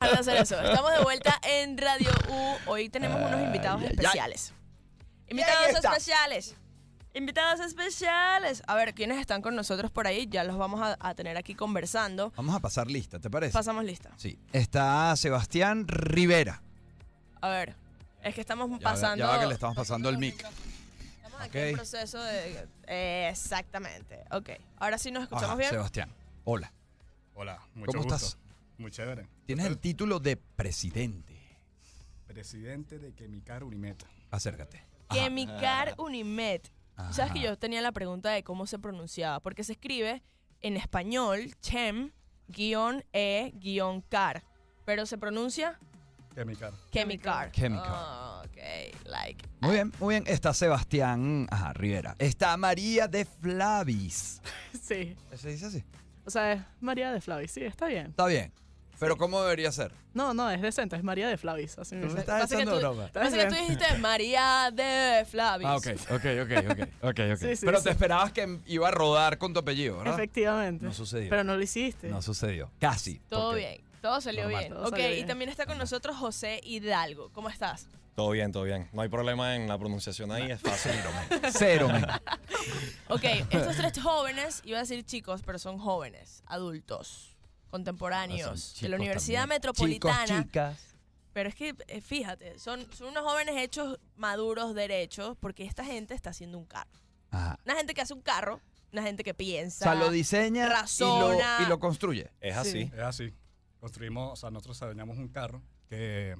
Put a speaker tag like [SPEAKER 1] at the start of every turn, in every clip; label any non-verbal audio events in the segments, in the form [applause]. [SPEAKER 1] hacer eso.
[SPEAKER 2] [laughs]
[SPEAKER 1] Estamos de vuelta en Radio U. Hoy tenemos unos invitados
[SPEAKER 2] Ay, ay, ay.
[SPEAKER 1] especiales.
[SPEAKER 2] Y
[SPEAKER 1] Invitados
[SPEAKER 2] ahí está.
[SPEAKER 1] especiales. Invitados especiales. A ver, ¿quiénes están con nosotros por ahí? Ya los vamos a, a tener aquí conversando.
[SPEAKER 2] Vamos a pasar lista, ¿te parece?
[SPEAKER 1] Pasamos lista.
[SPEAKER 2] sí. Está Sebastián Rivera.
[SPEAKER 1] A ver, es que estamos
[SPEAKER 2] Ya va-
[SPEAKER 1] pasando.
[SPEAKER 2] Ya va que le estamos pasando el mic.
[SPEAKER 1] Estamos aquí
[SPEAKER 2] Ok.
[SPEAKER 1] en proceso de. eh, exactamente. Ok. Ahora sí nos escuchamos
[SPEAKER 2] Ajá,
[SPEAKER 1] bien.
[SPEAKER 2] Ah, Sebastián, hola.
[SPEAKER 3] Hola, mucho
[SPEAKER 2] ¿Cómo
[SPEAKER 3] gusto.
[SPEAKER 2] estás?
[SPEAKER 3] Muy chévere.
[SPEAKER 2] Tienes el
[SPEAKER 3] Usted
[SPEAKER 2] título de presidente.
[SPEAKER 3] es Presidente de Kemikar Unimeta.
[SPEAKER 2] Acércate. Ajá.
[SPEAKER 1] Kemicar Unimed. Tú Sabes
[SPEAKER 2] Ah. Ajá.
[SPEAKER 1] que yo tenía la pregunta de cómo se pronunciaba, porque se escribe en español chem guión e guión car, pero se pronuncia
[SPEAKER 3] Kemikar.
[SPEAKER 1] Kemicar.
[SPEAKER 2] Chemicar.
[SPEAKER 1] Ah, ok, like.
[SPEAKER 2] Muy bien, muy bien. Está Sebastián ajá, Rivera. Está María de Flavis.
[SPEAKER 4] [laughs] Sí.
[SPEAKER 2] ¿Se dice así?
[SPEAKER 4] O sea, es María de Flavis. Sí, está bien.
[SPEAKER 2] Está bien. Pero ¿cómo debería ser?
[SPEAKER 4] No, no, es decente. Es María de Flavis. Así
[SPEAKER 2] Tú
[SPEAKER 4] mismo.
[SPEAKER 2] me estás
[SPEAKER 1] Pasa que
[SPEAKER 2] echando
[SPEAKER 1] tú-
[SPEAKER 2] broma.
[SPEAKER 1] Parece que tú dijiste María de Flavis.
[SPEAKER 2] Ah, ok, ok, ok, ok, ok, ok.
[SPEAKER 4] Sí, sí,
[SPEAKER 2] Pero
[SPEAKER 4] sí.
[SPEAKER 2] te esperabas que iba a rodar con tu apellido, ¿verdad?
[SPEAKER 4] Efectivamente.
[SPEAKER 2] No sucedió.
[SPEAKER 4] Pero no lo hiciste.
[SPEAKER 2] No sucedió. Casi.
[SPEAKER 1] Todo
[SPEAKER 2] porque-
[SPEAKER 1] bien, todo salió
[SPEAKER 2] Normal.
[SPEAKER 1] bien.
[SPEAKER 4] Todo
[SPEAKER 1] ok,
[SPEAKER 4] salió
[SPEAKER 1] y
[SPEAKER 4] bien.
[SPEAKER 1] también está con nosotros José Hidalgo. ¿Cómo estás?
[SPEAKER 5] Todo bien, todo bien. No hay problema en la pronunciación ahí, es fácil.
[SPEAKER 2] Cero, men. [laughs]
[SPEAKER 1] Ok, estos tres jóvenes, iba a decir chicos, pero son jóvenes, adultos,
[SPEAKER 2] Ah, Son
[SPEAKER 1] contemporáneos, de la
[SPEAKER 2] chicos
[SPEAKER 1] Universidad
[SPEAKER 2] también.
[SPEAKER 1] Metropolitana.
[SPEAKER 2] Chicos, chicas.
[SPEAKER 1] Pero es que, eh, fíjate, son, son unos jóvenes hechos maduros, derechos, porque esta gente está haciendo un carro.
[SPEAKER 2] Ajá.
[SPEAKER 1] Una gente que hace un carro, una gente que
[SPEAKER 2] O
[SPEAKER 1] piensa.
[SPEAKER 2] sea, lo diseña y lo-
[SPEAKER 1] razona.
[SPEAKER 2] y lo construye.
[SPEAKER 5] Es
[SPEAKER 4] Sí.
[SPEAKER 5] así.
[SPEAKER 3] Es así. Construimos, o sea, nosotros diseñamos un carro que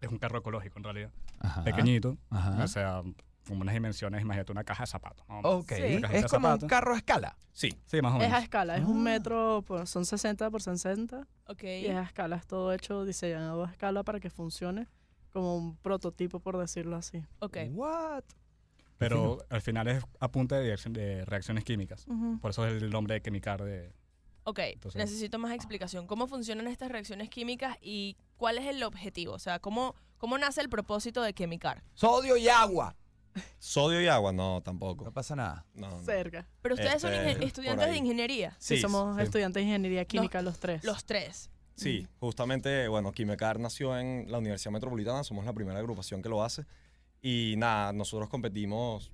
[SPEAKER 3] es un carro ecológico en realidad.
[SPEAKER 2] Ajá.
[SPEAKER 3] Pequeñito.
[SPEAKER 2] Ajá.
[SPEAKER 3] O sea, como unas dimensiones, imagínate una caja de zapatos. ¿no?
[SPEAKER 2] Ok.
[SPEAKER 4] Sí.
[SPEAKER 2] Es
[SPEAKER 3] Cajita
[SPEAKER 2] como un
[SPEAKER 3] zapato.
[SPEAKER 2] carro a escala.
[SPEAKER 5] Sí.
[SPEAKER 3] Sí, más o
[SPEAKER 4] Es a
[SPEAKER 3] menos.
[SPEAKER 4] escala. Es
[SPEAKER 2] Ah.
[SPEAKER 4] un metro, por- son 60 por 60.
[SPEAKER 1] Ok.
[SPEAKER 4] Y es a escala. Es todo hecho diseñado a escala para que funcione como un prototipo, por decirlo así.
[SPEAKER 1] Ok.
[SPEAKER 2] Mm, What?
[SPEAKER 3] Pero al final es a punta de, dirección- de reacciones químicas. Por eso es el nombre de Kemikar. De,
[SPEAKER 1] Ok.
[SPEAKER 3] Entonces-
[SPEAKER 1] Necesito más explicación. ¿Cómo funcionan estas reacciones químicas y cuál es el objetivo? O sea, ¿cómo, cómo nace el propósito de Chemicar?
[SPEAKER 2] Sodio y agua.
[SPEAKER 5] Sodio y agua, no,
[SPEAKER 2] No
[SPEAKER 5] tampoco.
[SPEAKER 2] pasa nada.
[SPEAKER 5] No, no.
[SPEAKER 4] Cerca.
[SPEAKER 1] Pero ustedes son
[SPEAKER 5] Este,
[SPEAKER 1] ingen-
[SPEAKER 5] por
[SPEAKER 1] estudiantes de
[SPEAKER 5] ahí.
[SPEAKER 1] ingeniería,
[SPEAKER 4] Sí,
[SPEAKER 5] Sí,
[SPEAKER 4] somos
[SPEAKER 3] sí.
[SPEAKER 4] estudiantes de ingeniería química los tres.
[SPEAKER 1] los tres.
[SPEAKER 5] sí, justamente, bueno, Quimecar nació en la Universidad Metropolitana, somos la primera agrupación que lo hace. Y nada, nosotros competimos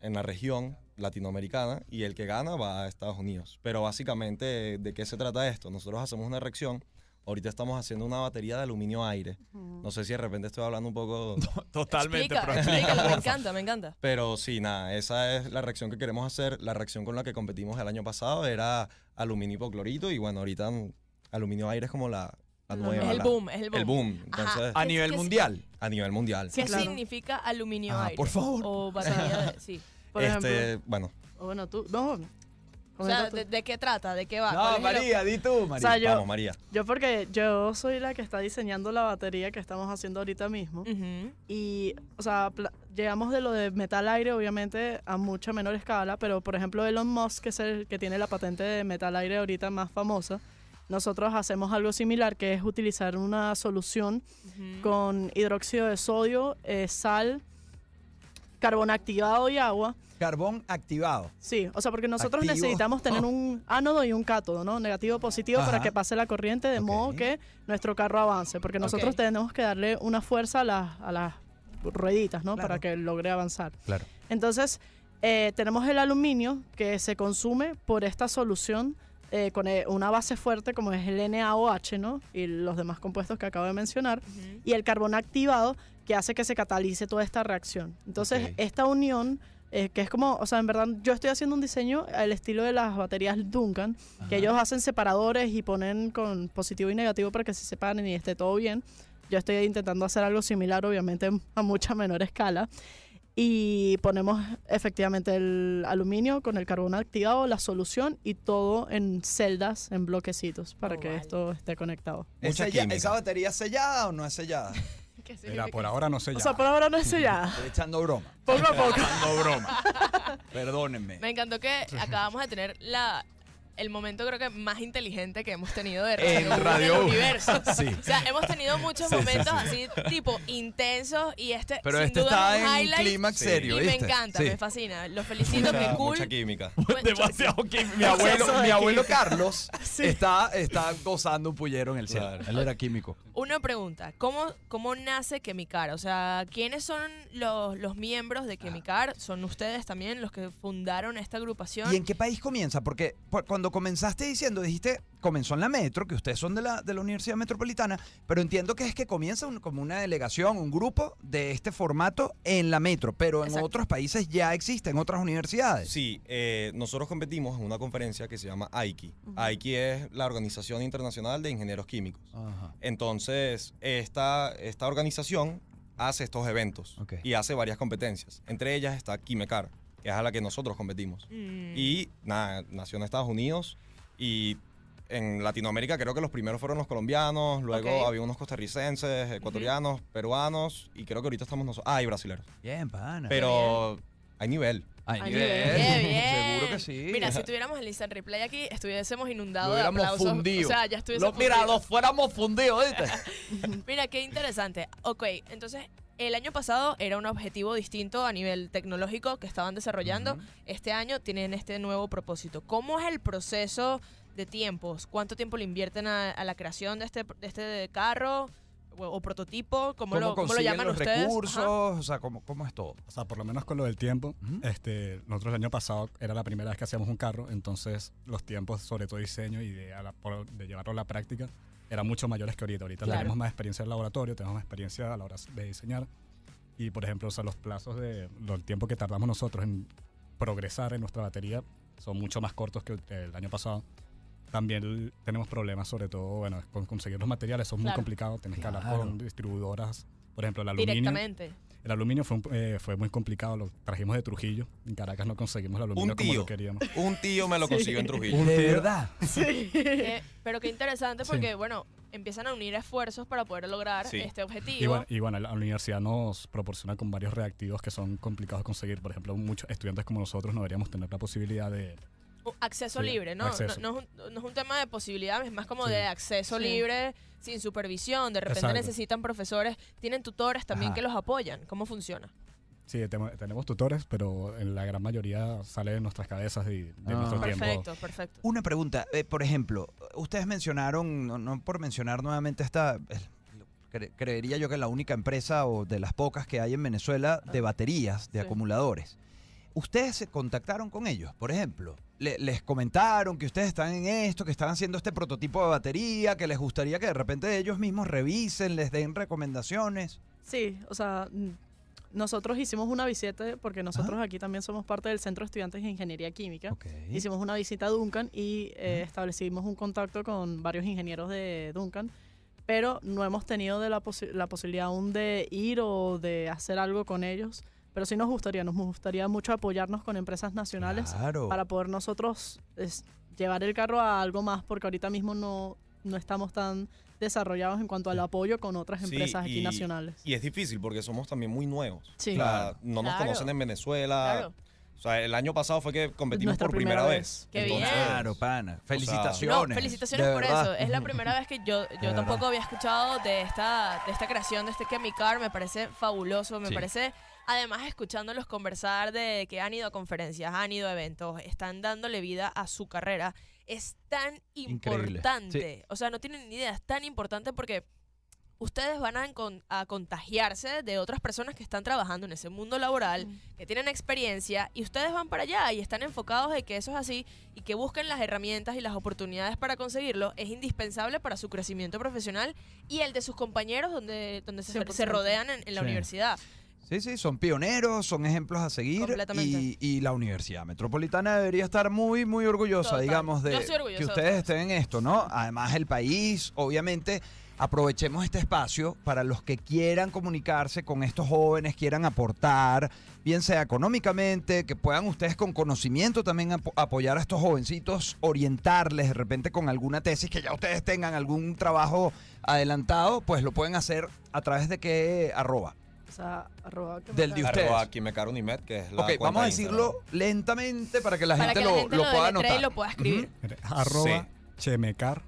[SPEAKER 5] en la región latinoamericana y el que gana va a Estados Unidos. Pero básicamente, ¿de qué se trata esto? Nosotros hacemos una reacción. Ahorita estamos haciendo una batería de aluminio aire. No sé si de repente estoy hablando un poco
[SPEAKER 2] Totalmente.
[SPEAKER 1] Explica, explícalo,
[SPEAKER 2] [laughs]
[SPEAKER 1] me encanta, me encanta.
[SPEAKER 5] Pero sí, nada, esa es la reacción que queremos hacer. La reacción con la que competimos el año pasado era aluminio hipoclorito y bueno, ahorita mm, aluminio aire es como la, la
[SPEAKER 4] Lo
[SPEAKER 5] nueva.
[SPEAKER 1] Es el
[SPEAKER 5] la-
[SPEAKER 1] boom, es el boom.
[SPEAKER 5] El boom,
[SPEAKER 1] Ajá.
[SPEAKER 5] entonces,
[SPEAKER 2] A
[SPEAKER 1] ¿Qué-
[SPEAKER 2] nivel
[SPEAKER 1] qué-
[SPEAKER 2] mundial.
[SPEAKER 5] a nivel mundial.
[SPEAKER 1] ¿Qué
[SPEAKER 4] claro.
[SPEAKER 1] significa aluminio
[SPEAKER 2] Ah,
[SPEAKER 1] aire?
[SPEAKER 2] por favor. [laughs]
[SPEAKER 1] O batería de... Sí.
[SPEAKER 4] Por
[SPEAKER 5] este,
[SPEAKER 4] ejemplo.
[SPEAKER 5] bueno,
[SPEAKER 4] O bueno, tú. No.
[SPEAKER 1] O sea,
[SPEAKER 4] comenta tú.
[SPEAKER 1] ¿de, de qué trata? ¿De qué va? Ah, ¿Cuál es
[SPEAKER 2] No,
[SPEAKER 1] el
[SPEAKER 2] María, di tú, María.
[SPEAKER 4] O sea, yo-
[SPEAKER 5] vamos María.
[SPEAKER 4] Yo porque yo soy la que está diseñando la batería que estamos haciendo ahorita mismo.
[SPEAKER 1] Ujú.
[SPEAKER 4] Y, o sea, pla- llegamos de lo de metal aire, obviamente, a mucha menor escala, pero por ejemplo Elon Musk, que es el que tiene la patente de metal aire ahorita más famosa, nosotros hacemos algo similar, que es utilizar una solución
[SPEAKER 1] Ujú.
[SPEAKER 4] con hidróxido de sodio, eh, sal, carbón activado y agua.
[SPEAKER 2] Carbón activado.
[SPEAKER 4] Sí, o sea, porque nosotros
[SPEAKER 2] Activo.
[SPEAKER 4] necesitamos tener
[SPEAKER 2] [laughs]
[SPEAKER 4] un ánodo y un cátodo, ¿no? Negativo, positivo, para
[SPEAKER 2] Ajá.
[SPEAKER 4] que pase la corriente de
[SPEAKER 2] Ok.
[SPEAKER 4] modo que nuestro carro avance, porque nosotros
[SPEAKER 1] Ok.
[SPEAKER 4] tenemos que darle una fuerza a las, a las rueditas, ¿no?
[SPEAKER 2] Claro.
[SPEAKER 4] Para que logre avanzar.
[SPEAKER 2] Claro.
[SPEAKER 4] Entonces, eh, tenemos el aluminio que se consume por esta solución eh, con eh, una base fuerte como es el NaOH, ¿no? Y los demás compuestos que acabo de mencionar
[SPEAKER 1] Ujú.
[SPEAKER 4] y el carbón activado que hace que se catalice toda esta reacción. Entonces,
[SPEAKER 2] Ok.
[SPEAKER 4] esta unión, eh, que es como, o sea, en verdad, yo estoy haciendo un diseño al estilo de las baterías Duncan, que ellos hacen separadores y ponen con positivo y negativo para que se separen y esté todo bien. Yo estoy intentando hacer algo similar, obviamente, a mucha menor escala. Y ponemos efectivamente el aluminio con el carbón activado, la solución y todo en celdas, en bloquecitos, para
[SPEAKER 1] Oh,
[SPEAKER 4] que
[SPEAKER 1] vale.
[SPEAKER 4] esto esté conectado.
[SPEAKER 2] ¿Es
[SPEAKER 5] Mucha
[SPEAKER 2] sella-
[SPEAKER 5] química.
[SPEAKER 2] ¿Esa batería es sellada o no es sellada?
[SPEAKER 1] ¿Qué
[SPEAKER 3] Mira,
[SPEAKER 1] significa?
[SPEAKER 2] pues.
[SPEAKER 3] por ahora no sé ya.
[SPEAKER 4] O sea, por ahora no es sellada.
[SPEAKER 2] Estoy echando broma.
[SPEAKER 4] Poco a poco.
[SPEAKER 2] Echando broma. Perdónenme. [laughs]
[SPEAKER 1] Me encantó que acabamos de tener la el momento creo que más inteligente que hemos tenido de
[SPEAKER 2] En
[SPEAKER 1] Radio, U
[SPEAKER 2] Radio
[SPEAKER 1] el
[SPEAKER 2] U.
[SPEAKER 1] universo.
[SPEAKER 2] [laughs] Sí.
[SPEAKER 1] O sea, hemos tenido muchos
[SPEAKER 2] Sí, sí,
[SPEAKER 1] momentos
[SPEAKER 2] sí.
[SPEAKER 1] así tipo intensos y este
[SPEAKER 2] Pero
[SPEAKER 1] sin
[SPEAKER 2] este
[SPEAKER 1] duda
[SPEAKER 2] está
[SPEAKER 1] es un
[SPEAKER 2] en un
[SPEAKER 1] highlight
[SPEAKER 2] clímax
[SPEAKER 5] Sí.
[SPEAKER 1] y
[SPEAKER 2] serio,
[SPEAKER 1] me
[SPEAKER 2] ¿viste?
[SPEAKER 1] encanta,
[SPEAKER 2] Sí.
[SPEAKER 1] me fascina. Los felicito,
[SPEAKER 5] mucha,
[SPEAKER 1] qué cool.
[SPEAKER 5] mucha química.
[SPEAKER 1] Bueno,
[SPEAKER 2] Demasiado que mi
[SPEAKER 4] Exceso
[SPEAKER 2] abuelo,
[SPEAKER 4] de
[SPEAKER 2] mi abuelo
[SPEAKER 4] química.
[SPEAKER 1] [laughs]
[SPEAKER 2] Carlos
[SPEAKER 4] Sí.
[SPEAKER 2] está, está gozando un pullero en el cielo.
[SPEAKER 5] Claro.
[SPEAKER 2] Él era químico.
[SPEAKER 1] Una pregunta, ¿cómo, cómo nace Kemicar? O sea, ¿quiénes son los, los miembros de
[SPEAKER 2] Ah.
[SPEAKER 1] Kemicar? ¿Son ustedes también los que fundaron esta agrupación?
[SPEAKER 2] ¿Y en qué país comienza? Porque por- cuando comenzaste diciendo, dijiste, comenzó en la metro, que ustedes son de la, de la Universidad Metropolitana, pero entiendo que es que comienza un- como una delegación, un grupo de este formato en la metro, pero en
[SPEAKER 1] Exacto.
[SPEAKER 2] otros países ya existen otras universidades.
[SPEAKER 5] Sí, eh, nosotros competimos en una conferencia que se llama AIKI.
[SPEAKER 4] Ujú.
[SPEAKER 5] AIKI es la Organización Internacional de Ingenieros Químicos.
[SPEAKER 2] Ajá.
[SPEAKER 5] Entonces, esta, esta organización hace estos eventos
[SPEAKER 2] Ok.
[SPEAKER 5] y hace varias competencias. Entre ellas está Quimecar, que es a la que nosotros competimos.
[SPEAKER 1] Mm.
[SPEAKER 5] Y nada, nació en Estados Unidos y en Latinoamérica creo que los primeros fueron los colombianos, luego
[SPEAKER 1] Ok.
[SPEAKER 5] había unos costarricenses, ecuatorianos, peruanos y creo que ahorita estamos nosotros. Ah, y brasileños.
[SPEAKER 2] Bien, pana.
[SPEAKER 5] Pero hay nivel.
[SPEAKER 2] Hay
[SPEAKER 4] Hay
[SPEAKER 2] nivel.
[SPEAKER 4] nivel.
[SPEAKER 1] Qué bien.
[SPEAKER 2] Seguro que sí.
[SPEAKER 1] Mira, si tuviéramos el instant replay aquí, estuviésemos
[SPEAKER 2] Lo
[SPEAKER 1] inundados de
[SPEAKER 2] hubiéramos
[SPEAKER 1] aplausos.
[SPEAKER 2] fundido.
[SPEAKER 1] O sea, ya estuviésemos.
[SPEAKER 2] Lo- mira,
[SPEAKER 1] fundidos.
[SPEAKER 2] los fuéramos fundidos, ¿viste?
[SPEAKER 1] [laughs] Mira, qué interesante. Ok, entonces el año pasado era un objetivo distinto a nivel tecnológico que estaban desarrollando.
[SPEAKER 2] Ujú.
[SPEAKER 1] Este año tienen este nuevo propósito. ¿Cómo es el proceso de tiempos? ¿Cuánto tiempo le invierten a, a la creación de este, de este carro o, o prototipo? ¿Cómo,
[SPEAKER 2] ¿Cómo,
[SPEAKER 1] lo, cómo lo
[SPEAKER 2] consiguen
[SPEAKER 1] llaman
[SPEAKER 2] los
[SPEAKER 1] ustedes?
[SPEAKER 2] recursos?
[SPEAKER 1] Ajá.
[SPEAKER 2] O sea, ¿cómo, cómo es todo?
[SPEAKER 3] O sea, por lo menos con lo del tiempo,
[SPEAKER 2] Ujú.
[SPEAKER 3] este, nosotros el año pasado era la primera vez que hacíamos un carro, entonces los tiempos, sobre todo diseño y de, a la- por- de llevarlo a la práctica, eran mucho mayores que ahorita. Ahorita
[SPEAKER 2] Claro.
[SPEAKER 3] tenemos más experiencia en laboratorio, tenemos más experiencia a la hora de diseñar. Y, por ejemplo, o sea, los plazos de lo- el tiempo que tardamos nosotros en progresar en nuestra batería son mucho más cortos que el, el año pasado. También el- tenemos problemas, sobre todo, bueno, con conseguir los materiales, son muy
[SPEAKER 1] Claro.
[SPEAKER 3] complicados, tienes que hablar
[SPEAKER 2] Claro.
[SPEAKER 3] con distribuidoras, por ejemplo, el aluminio.
[SPEAKER 1] Directamente.
[SPEAKER 3] El aluminio fue, un- eh, fue muy complicado, lo trajimos de Trujillo. En Caracas no conseguimos el aluminio como
[SPEAKER 5] tío.
[SPEAKER 3] lo queríamos.
[SPEAKER 5] Un tío me lo
[SPEAKER 4] Sí.
[SPEAKER 5] consiguió en Trujillo.
[SPEAKER 2] ¿De
[SPEAKER 3] tío-
[SPEAKER 2] verdad?
[SPEAKER 4] Sí.
[SPEAKER 1] Eh, pero qué interesante
[SPEAKER 3] Sí.
[SPEAKER 1] porque, bueno, empiezan a unir esfuerzos para poder lograr
[SPEAKER 5] Sí.
[SPEAKER 1] este objetivo.
[SPEAKER 3] Y bueno, y bueno, la universidad nos proporciona con varios reactivos que son complicados de conseguir. Por ejemplo, muchos estudiantes como nosotros no deberíamos tener la posibilidad de...
[SPEAKER 1] Un Acceso
[SPEAKER 3] Sí,
[SPEAKER 1] libre, ¿no?
[SPEAKER 3] acceso.
[SPEAKER 1] No, no es un, no es un tema de posibilidades, es más como
[SPEAKER 3] Sí.
[SPEAKER 1] de acceso
[SPEAKER 4] Sí.
[SPEAKER 1] libre, sin supervisión. De repente
[SPEAKER 3] Exacto.
[SPEAKER 1] necesitan profesores, tienen tutores también
[SPEAKER 2] Ajá.
[SPEAKER 1] que los apoyan. ¿Cómo funciona?
[SPEAKER 3] Sí, temo- tenemos tutores, pero en la gran mayoría sale de nuestras cabezas y de
[SPEAKER 2] Ah.
[SPEAKER 3] nuestro tiempo.
[SPEAKER 1] Perfecto, perfecto.
[SPEAKER 2] Una pregunta, eh, por ejemplo, ustedes mencionaron, no, no por mencionar nuevamente esta, eh, cre- creería yo que la única empresa o de las pocas que hay en Venezuela de baterías, de
[SPEAKER 1] Ah, Sí.
[SPEAKER 2] acumuladores. Ustedes se contactaron con ellos, por ejemplo. Le- les comentaron que ustedes están en esto, que están haciendo este prototipo de batería, que les gustaría que de repente ellos mismos revisen, les den recomendaciones.
[SPEAKER 4] Sí, o sea, mm, nosotros hicimos una visita, porque nosotros aquí también somos parte del Centro de Estudiantes de Ingeniería Química.
[SPEAKER 2] Ok.
[SPEAKER 4] Hicimos una visita a Duncan y eh, establecimos un contacto con varios ingenieros de Duncan, pero no hemos tenido de la, posi- la posibilidad aún de ir o de hacer algo con ellos. Pero sí nos gustaría, nos gustaría mucho apoyarnos con empresas nacionales
[SPEAKER 2] Claro.
[SPEAKER 4] para poder nosotros es, llevar el carro a algo más, porque ahorita mismo no, no estamos tan desarrollados en cuanto al apoyo con otras
[SPEAKER 5] Sí,
[SPEAKER 4] empresas aquí
[SPEAKER 5] y-
[SPEAKER 4] nacionales.
[SPEAKER 5] Y es difícil porque somos también muy nuevos.
[SPEAKER 4] Sí.
[SPEAKER 5] O sea, no nos
[SPEAKER 1] Claro.
[SPEAKER 5] conocen en Venezuela.
[SPEAKER 1] Claro.
[SPEAKER 5] O sea, el año pasado fue que competimos
[SPEAKER 4] Nuestra
[SPEAKER 5] por primera,
[SPEAKER 4] primera
[SPEAKER 1] vez.
[SPEAKER 5] vez.
[SPEAKER 1] Qué bien.
[SPEAKER 2] Claro, pana. Felicitaciones.
[SPEAKER 1] No, felicitaciones
[SPEAKER 2] de
[SPEAKER 1] por
[SPEAKER 2] verdad.
[SPEAKER 1] eso. Es la primera vez que
[SPEAKER 2] [laughs]
[SPEAKER 1] yo, yo
[SPEAKER 2] verdad.
[SPEAKER 1] tampoco había escuchado de esta, de esta creación de este Chemicar. Me parece fabuloso, me
[SPEAKER 2] Sí.
[SPEAKER 1] parece. Además, escuchándolos conversar de que han ido a conferencias, han ido a eventos, están dándole vida a su carrera. Es tan
[SPEAKER 2] Increíble.
[SPEAKER 1] importante. O sea, no tienen ni idea. Es tan importante porque ustedes van a, encon- a contagiarse de otras personas que están trabajando en ese mundo laboral, que tienen experiencia, y ustedes van para allá y están enfocados de que eso es así y que busquen las herramientas y las oportunidades para conseguirlo, es indispensable para su crecimiento profesional y el de sus compañeros donde, donde se, se
[SPEAKER 4] 100%.
[SPEAKER 1] rodean en, en la
[SPEAKER 2] Sí.
[SPEAKER 1] universidad.
[SPEAKER 2] Sí, sí, son pioneros, son ejemplos a seguir.
[SPEAKER 1] Completamente.
[SPEAKER 2] Y, y la Universidad Metropolitana debería estar muy, muy orgullosa,
[SPEAKER 1] Total.
[SPEAKER 2] digamos, de
[SPEAKER 1] Yo estoy orgullosa
[SPEAKER 2] que
[SPEAKER 1] de
[SPEAKER 2] ustedes
[SPEAKER 1] ustedes.
[SPEAKER 2] estén en esto, ¿no? Además, el país, obviamente, aprovechemos este espacio para los que quieran comunicarse con estos jóvenes, quieran aportar, bien sea económicamente, que puedan ustedes con conocimiento también apo- apoyar a estos jovencitos, orientarles de repente con alguna tesis que ya ustedes tengan algún trabajo adelantado, pues lo pueden hacer a través de qué arroba.
[SPEAKER 4] O sea, arroba que me
[SPEAKER 2] Del
[SPEAKER 4] cae.
[SPEAKER 2] de usted.
[SPEAKER 5] Arroba
[SPEAKER 2] ustedes.
[SPEAKER 5] aquí me caro Unimed, que es la
[SPEAKER 2] Ok,
[SPEAKER 5] cuenta
[SPEAKER 2] vamos a
[SPEAKER 5] de Instagram.
[SPEAKER 2] decirlo lentamente para que la
[SPEAKER 1] Para
[SPEAKER 2] gente
[SPEAKER 1] que
[SPEAKER 2] lo,
[SPEAKER 1] la gente
[SPEAKER 2] lo
[SPEAKER 1] lo,
[SPEAKER 2] pueda
[SPEAKER 1] deletree
[SPEAKER 2] anotar.
[SPEAKER 1] y lo pueda escribir.
[SPEAKER 3] Mira, Arroba chemecar,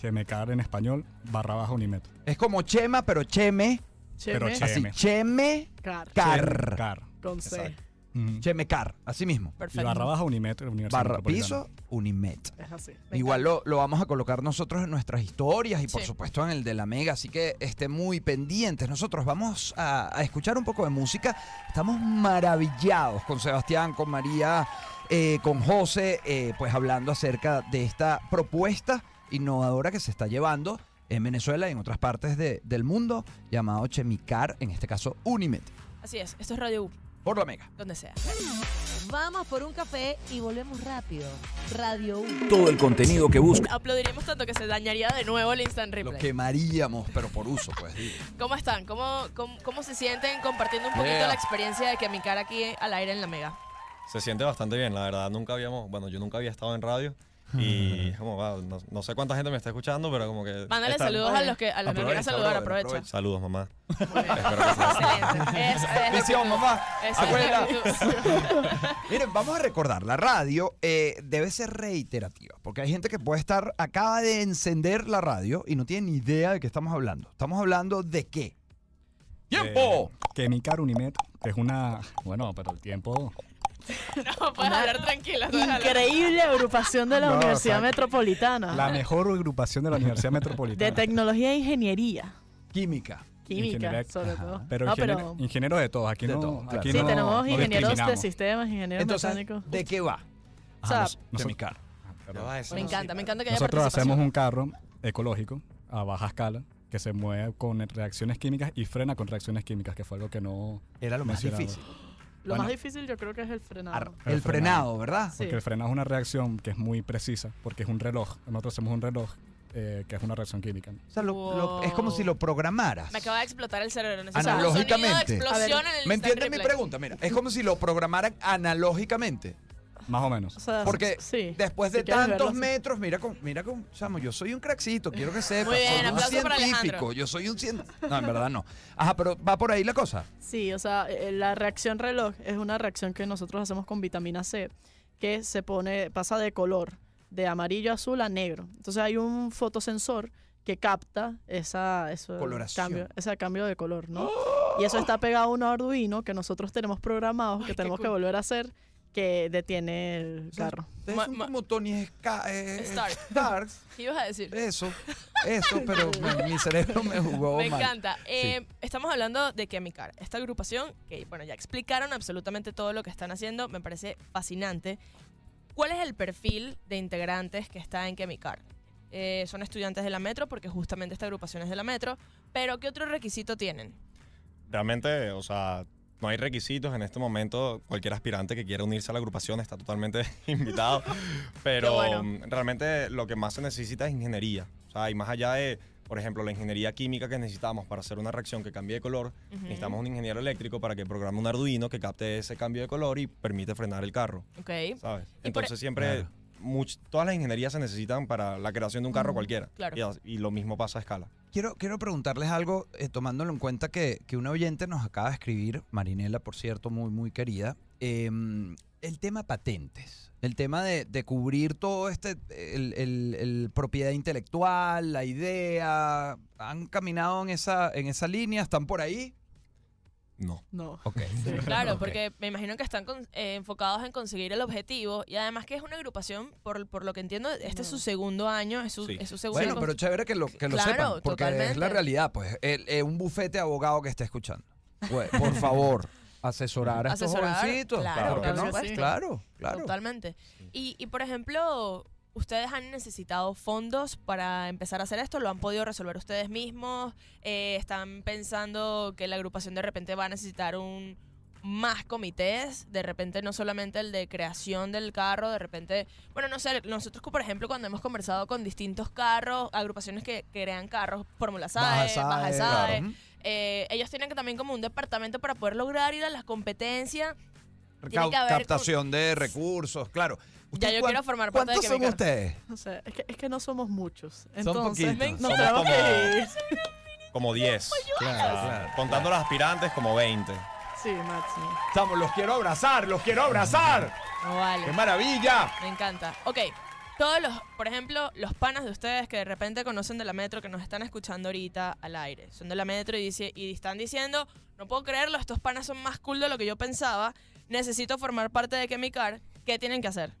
[SPEAKER 3] chemecar en español, barra baja Unimet.
[SPEAKER 2] Es como Chema, pero Cheme.
[SPEAKER 4] Cheme,
[SPEAKER 3] pero che-
[SPEAKER 2] Así,
[SPEAKER 3] Cheme.
[SPEAKER 2] Cheme
[SPEAKER 4] car,
[SPEAKER 2] Car.
[SPEAKER 3] Chemecar.
[SPEAKER 4] con C.
[SPEAKER 5] Exacto.
[SPEAKER 3] Ujú.
[SPEAKER 2] Cheme Car, así mismo.
[SPEAKER 3] Y
[SPEAKER 1] Perfecto.
[SPEAKER 3] barra baja Unimet, Universidad
[SPEAKER 2] Barra
[SPEAKER 3] Metropolitana.
[SPEAKER 2] piso, Unimet.
[SPEAKER 4] Es así.
[SPEAKER 1] Me
[SPEAKER 2] Igual lo, lo vamos a colocar nosotros en nuestras historias y por
[SPEAKER 1] Sí.
[SPEAKER 2] supuesto en el de la Mega, así que estén muy pendientes. Nosotros vamos a, a escuchar un poco de música. Estamos maravillados con Sebastián, con María, eh, con José, eh, pues hablando acerca de esta propuesta innovadora que se está llevando en Venezuela y en otras partes de- del mundo, llamado Chemicar, en este caso Unimet,
[SPEAKER 1] Así es, esto es Radio U,
[SPEAKER 2] por la Mega.
[SPEAKER 1] donde sea.
[SPEAKER 6] Vamos por un café y volvemos rápido. Radio 1.
[SPEAKER 7] Todo el contenido que buscas
[SPEAKER 1] Aplaudiríamos tanto que se dañaría de nuevo el Instant
[SPEAKER 2] Lo
[SPEAKER 1] Replay.
[SPEAKER 2] quemaríamos, pero por uso, pues. digo.
[SPEAKER 1] ¿Cómo están? ¿Cómo, cómo, cómo se sienten compartiendo un poquito
[SPEAKER 2] Yeah.
[SPEAKER 1] la experiencia de que mi cara aquí al aire en la Mega?
[SPEAKER 5] Se siente bastante bien, la verdad. Nunca habíamos, bueno, yo nunca había estado
[SPEAKER 2] [laughs]
[SPEAKER 5] en radio. Y como, wow, no, no sé cuánta gente me está escuchando, pero como que.
[SPEAKER 1] Mándale
[SPEAKER 5] están-
[SPEAKER 1] saludos a los que, a los que quieran
[SPEAKER 2] Aprovecha,
[SPEAKER 1] saludar,
[SPEAKER 2] brother,
[SPEAKER 1] aprovecha.
[SPEAKER 2] [laughs]
[SPEAKER 5] Saludos, mamá.
[SPEAKER 1] Muy bien.
[SPEAKER 5] Espero que sea así.
[SPEAKER 1] Excelente. Es- [laughs] es
[SPEAKER 2] Bendición,
[SPEAKER 1] actitud.
[SPEAKER 2] mamá.
[SPEAKER 1] Esa es
[SPEAKER 2] Abuela.
[SPEAKER 1] actitud.
[SPEAKER 2] Miren, vamos a recordar, la radio eh, debe ser reiterativa, porque hay gente que puede estar, acaba de encender la radio y no tiene ni idea de qué estamos hablando. Estamos hablando de qué. ¡Tiempo!
[SPEAKER 3] Eh, Chemicar Unimet es una. Bueno, pero el tiempo.
[SPEAKER 1] [laughs] No, puedes hablar tranquilo. puedes hablar.
[SPEAKER 4] Increíble agrupación
[SPEAKER 2] [laughs]
[SPEAKER 4] de la
[SPEAKER 3] No,
[SPEAKER 4] Universidad
[SPEAKER 3] exacto.
[SPEAKER 4] Metropolitana.
[SPEAKER 3] La mejor agrupación de la Universidad
[SPEAKER 4] Ah. [laughs] de
[SPEAKER 3] Metropolitana.
[SPEAKER 4] tecnología e ingeniería.
[SPEAKER 2] Química.
[SPEAKER 4] Química,
[SPEAKER 3] Ingeniería-
[SPEAKER 4] sobre todo.
[SPEAKER 3] Pero,
[SPEAKER 4] no,
[SPEAKER 3] ingeniero-
[SPEAKER 4] pero
[SPEAKER 3] ingenieros de todos. Aquí
[SPEAKER 2] De
[SPEAKER 3] no.
[SPEAKER 2] todos, claro.
[SPEAKER 3] aquí
[SPEAKER 4] sí,
[SPEAKER 3] no-
[SPEAKER 4] tenemos
[SPEAKER 3] no
[SPEAKER 4] ingenieros de
[SPEAKER 3] discriminamos.
[SPEAKER 4] sistemas, ingenieros
[SPEAKER 2] Entonces,
[SPEAKER 4] mecánicos.
[SPEAKER 2] ¿de qué va?
[SPEAKER 4] O sea,
[SPEAKER 3] nos- nosotros-
[SPEAKER 2] Chemicar.
[SPEAKER 3] Ah,
[SPEAKER 5] Ya
[SPEAKER 3] perdón.
[SPEAKER 5] va, eso
[SPEAKER 1] Me
[SPEAKER 5] no sé.
[SPEAKER 1] encanta, me encanta que haya
[SPEAKER 3] Nosotros
[SPEAKER 1] participación.
[SPEAKER 3] hacemos un carro ecológico a baja escala que se mueve con reacciones químicas y frena con reacciones químicas, que fue algo que no.
[SPEAKER 2] Era lo más
[SPEAKER 3] Mencionado.
[SPEAKER 2] difícil.
[SPEAKER 4] Lo
[SPEAKER 3] Bueno.
[SPEAKER 4] más difícil yo creo que es el frenado.
[SPEAKER 2] Ar-
[SPEAKER 3] El
[SPEAKER 2] el frenado,
[SPEAKER 3] frenado.
[SPEAKER 2] ¿verdad?
[SPEAKER 4] Sí.
[SPEAKER 3] Porque el frenado es una reacción que es muy precisa, porque es un reloj. Nosotros hacemos un reloj eh, que es una reacción química.
[SPEAKER 2] O sea, lo- lo- es como si lo programaras.
[SPEAKER 1] Me acaba de explotar el cerebro. necesito un
[SPEAKER 2] Analógicamente.
[SPEAKER 1] sonido de explosión en el Instant
[SPEAKER 2] ¿Me entienden mi
[SPEAKER 1] Replay.
[SPEAKER 2] pregunta? Mira, es como si lo programaran analógicamente.
[SPEAKER 3] Más o menos.
[SPEAKER 4] O sea,
[SPEAKER 2] Porque
[SPEAKER 4] sí,
[SPEAKER 2] Después
[SPEAKER 4] si
[SPEAKER 2] de
[SPEAKER 4] quieres verlo
[SPEAKER 2] tantos
[SPEAKER 4] así.
[SPEAKER 2] metros, mira con, mira con, chamo, yo soy un craxito, quiero que sepas,
[SPEAKER 1] Muy bien,
[SPEAKER 2] soy un
[SPEAKER 1] aplauso para
[SPEAKER 2] científico,
[SPEAKER 1] Alejandro.
[SPEAKER 2] yo soy un científico. No, en verdad no. Ajá, pero va por ahí la cosa.
[SPEAKER 4] Sí, o sea, eh, la reacción reloj es una reacción que nosotros hacemos con vitamina C, que se pone, pasa de color, de amarillo a azul a negro. Entonces hay un fotosensor que capta esa, eso-
[SPEAKER 2] Coloración. ¡Oh!
[SPEAKER 4] Cambio, ese cambio de color, ¿no? Y eso está pegado a un Arduino que nosotros tenemos programado, que tenemos que
[SPEAKER 1] cool.
[SPEAKER 4] volver a hacer, que detiene el
[SPEAKER 2] O sea,
[SPEAKER 4] carro.
[SPEAKER 2] Ustedes
[SPEAKER 1] Ma-
[SPEAKER 2] son
[SPEAKER 1] ma-
[SPEAKER 2] como Tony Sca- eh,
[SPEAKER 1] Stark.
[SPEAKER 2] Stark.
[SPEAKER 1] ¿Qué ibas a decir?
[SPEAKER 2] Eso, eso,
[SPEAKER 1] [laughs]
[SPEAKER 2] pero mi- mi cerebro me jugó
[SPEAKER 1] Me
[SPEAKER 2] mal.
[SPEAKER 1] encanta. Eh, Estamos hablando de Chemicar, esta agrupación que, bueno, ya explicaron absolutamente todo lo que están haciendo, me parece fascinante. ¿Cuál es el perfil de integrantes que está en Chemicar? Eh, son estudiantes de la Metro, porque justamente esta agrupación es de la Metro, pero ¿qué otro requisito tienen?
[SPEAKER 5] Realmente, o sea, no hay requisitos en este momento. Cualquier aspirante que quiera unirse a la agrupación está totalmente [laughs] invitado. Pero
[SPEAKER 1] [laughs] Qué bueno.
[SPEAKER 5] mm, realmente lo que más se necesita es ingeniería. O sea, y más allá de, por ejemplo, la ingeniería química que necesitamos para hacer una reacción que cambie de color,
[SPEAKER 1] Ujú.
[SPEAKER 5] necesitamos un ingeniero eléctrico para que programe un Arduino que capte ese cambio de color y permite frenar el carro,
[SPEAKER 1] Ok,
[SPEAKER 5] ¿sabes?
[SPEAKER 1] Y por- e-
[SPEAKER 5] Entonces siempre...
[SPEAKER 2] Claro.
[SPEAKER 5] much- todas las ingenierías se necesitan para la creación de un carro cualquiera.
[SPEAKER 1] claro.
[SPEAKER 5] Y as- Y, lo mismo pasa a escala.
[SPEAKER 2] Quiero, quiero preguntarles algo, eh, tomándolo en cuenta que, que un oyente nos acaba de escribir, Marinela, por cierto, muy, muy querida, eh, el tema patentes, el tema de, de cubrir todo este, el, el- el propiedad intelectual, la idea, ¿han caminado en esa, en esa línea? ¿Están por ahí?
[SPEAKER 5] No.
[SPEAKER 4] No.
[SPEAKER 2] Ok.
[SPEAKER 1] [laughs] Claro,
[SPEAKER 2] Ok.
[SPEAKER 1] porque me imagino que están con- eh, enfocados en conseguir el objetivo y además que es una agrupación, por, por lo que entiendo, este es su segundo año, es su,
[SPEAKER 5] Sí.
[SPEAKER 1] es su segundo
[SPEAKER 2] Bueno, pero chévere que lo, que lo
[SPEAKER 1] Claro,
[SPEAKER 2] sepan, porque es la
[SPEAKER 1] totalmente.
[SPEAKER 2] realidad, pues. El- eh, un bufete de abogado que esté escuchando. Pues,
[SPEAKER 1] [laughs]
[SPEAKER 2] por favor, asesorar a estos
[SPEAKER 1] Asesorar,
[SPEAKER 2] jovencitos.
[SPEAKER 1] claro,
[SPEAKER 2] ¿por qué
[SPEAKER 4] por
[SPEAKER 2] no?
[SPEAKER 4] supuesto.
[SPEAKER 2] claro, claro.
[SPEAKER 1] Totalmente. Y, y, por ejemplo, ¿ustedes han necesitado fondos para empezar a hacer esto? ¿Lo han podido resolver ustedes mismos? Eh, ¿Están pensando que la agrupación de repente va a necesitar un más comités? De repente no solamente el de creación del carro, de repente, bueno, no sé, nosotros por ejemplo cuando hemos conversado con distintos carros, agrupaciones que crean carros, Fórmula SAE,
[SPEAKER 2] SAE,
[SPEAKER 1] Baja
[SPEAKER 2] claro.
[SPEAKER 1] SAE, eh, ellos tienen que también como un departamento para poder lograr ir a las competencias. Tiene que
[SPEAKER 2] Cap-
[SPEAKER 1] haber
[SPEAKER 2] captación de recursos, claro. ¿Ustedes
[SPEAKER 1] yo
[SPEAKER 2] cuán-
[SPEAKER 1] quiero formar parte de
[SPEAKER 2] ¿Cuántos son
[SPEAKER 1] Química? [laughs]
[SPEAKER 2] ustedes?
[SPEAKER 4] O sea, es que, es que no somos muchos.
[SPEAKER 2] Son
[SPEAKER 4] Entonces, nos
[SPEAKER 2] poquitos.
[SPEAKER 5] Somos
[SPEAKER 4] tenemos que
[SPEAKER 5] como-
[SPEAKER 4] dividir.
[SPEAKER 5] Como 10.
[SPEAKER 1] pues
[SPEAKER 5] Contando los aspirantes, como 20.
[SPEAKER 4] Sí, máximo.
[SPEAKER 2] Estamos, los quiero abrazar, los quiero abrazar.
[SPEAKER 1] No vale.
[SPEAKER 2] ¡Qué maravilla!
[SPEAKER 1] Me encanta. Ok, todos los, por ejemplo, los panas de ustedes que de repente conocen de la metro, que nos están escuchando ahorita al aire, son de la metro y, dice, y están diciendo, no puedo creerlo, estos panas son más cool de lo que yo pensaba, necesito formar parte de Chemicar, ¿qué tienen que hacer?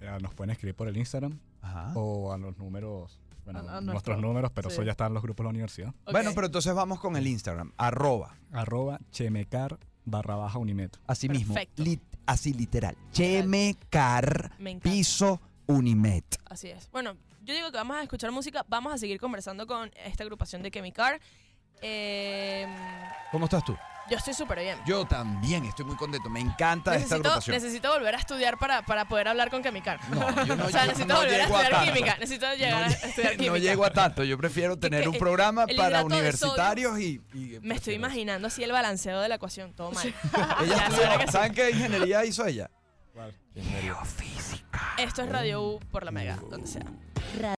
[SPEAKER 3] Eh, Nos pueden escribir por el Instagram
[SPEAKER 2] Ajá.
[SPEAKER 3] o a los números, bueno,
[SPEAKER 4] A- a nuestro-
[SPEAKER 3] nuestros números, pero
[SPEAKER 4] sí.
[SPEAKER 3] eso ya está en los grupos de la universidad.
[SPEAKER 1] Ok.
[SPEAKER 2] Bueno, pero entonces vamos con el Instagram, arroba,
[SPEAKER 3] Arroba chemecar barra baja unimet.
[SPEAKER 2] así mismo,
[SPEAKER 1] Perfecto.
[SPEAKER 2] lit- así literal, chemecar,
[SPEAKER 1] Me encanta.
[SPEAKER 2] piso, unimet.
[SPEAKER 1] Así es. Bueno, yo digo que vamos a escuchar música, vamos a seguir conversando con esta agrupación de Chemicar. Eh,
[SPEAKER 2] ¿Cómo estás tú?
[SPEAKER 1] yo estoy súper bien.
[SPEAKER 2] Yo también estoy muy contento, me encanta esta
[SPEAKER 1] Necesito,
[SPEAKER 2] agrupación.
[SPEAKER 1] necesito volver a estudiar para, para poder hablar con Chemicar.
[SPEAKER 2] No, yo
[SPEAKER 1] [laughs]
[SPEAKER 2] no-
[SPEAKER 1] o sea,
[SPEAKER 2] yo
[SPEAKER 1] necesito
[SPEAKER 2] no
[SPEAKER 1] volver a
[SPEAKER 2] llego a
[SPEAKER 1] estudiar
[SPEAKER 2] tanto.
[SPEAKER 1] química. Necesito llegar a estudiar química.
[SPEAKER 2] [laughs] No llego a tanto, yo prefiero tener
[SPEAKER 1] que
[SPEAKER 2] un
[SPEAKER 1] el-
[SPEAKER 2] programa
[SPEAKER 1] el
[SPEAKER 2] para
[SPEAKER 1] hidrato de
[SPEAKER 2] universitarios y, y
[SPEAKER 1] Me estoy
[SPEAKER 2] prefiero-
[SPEAKER 1] imaginando así el balanceo de la ecuación, todo mal.
[SPEAKER 2] [laughs] Ella
[SPEAKER 1] Ya,
[SPEAKER 2] estudió-
[SPEAKER 1] ahora que sí.
[SPEAKER 2] ¿Saben qué ingeniería hizo ella? Uh.
[SPEAKER 1] Esto es Radio U por la Mega, donde sea.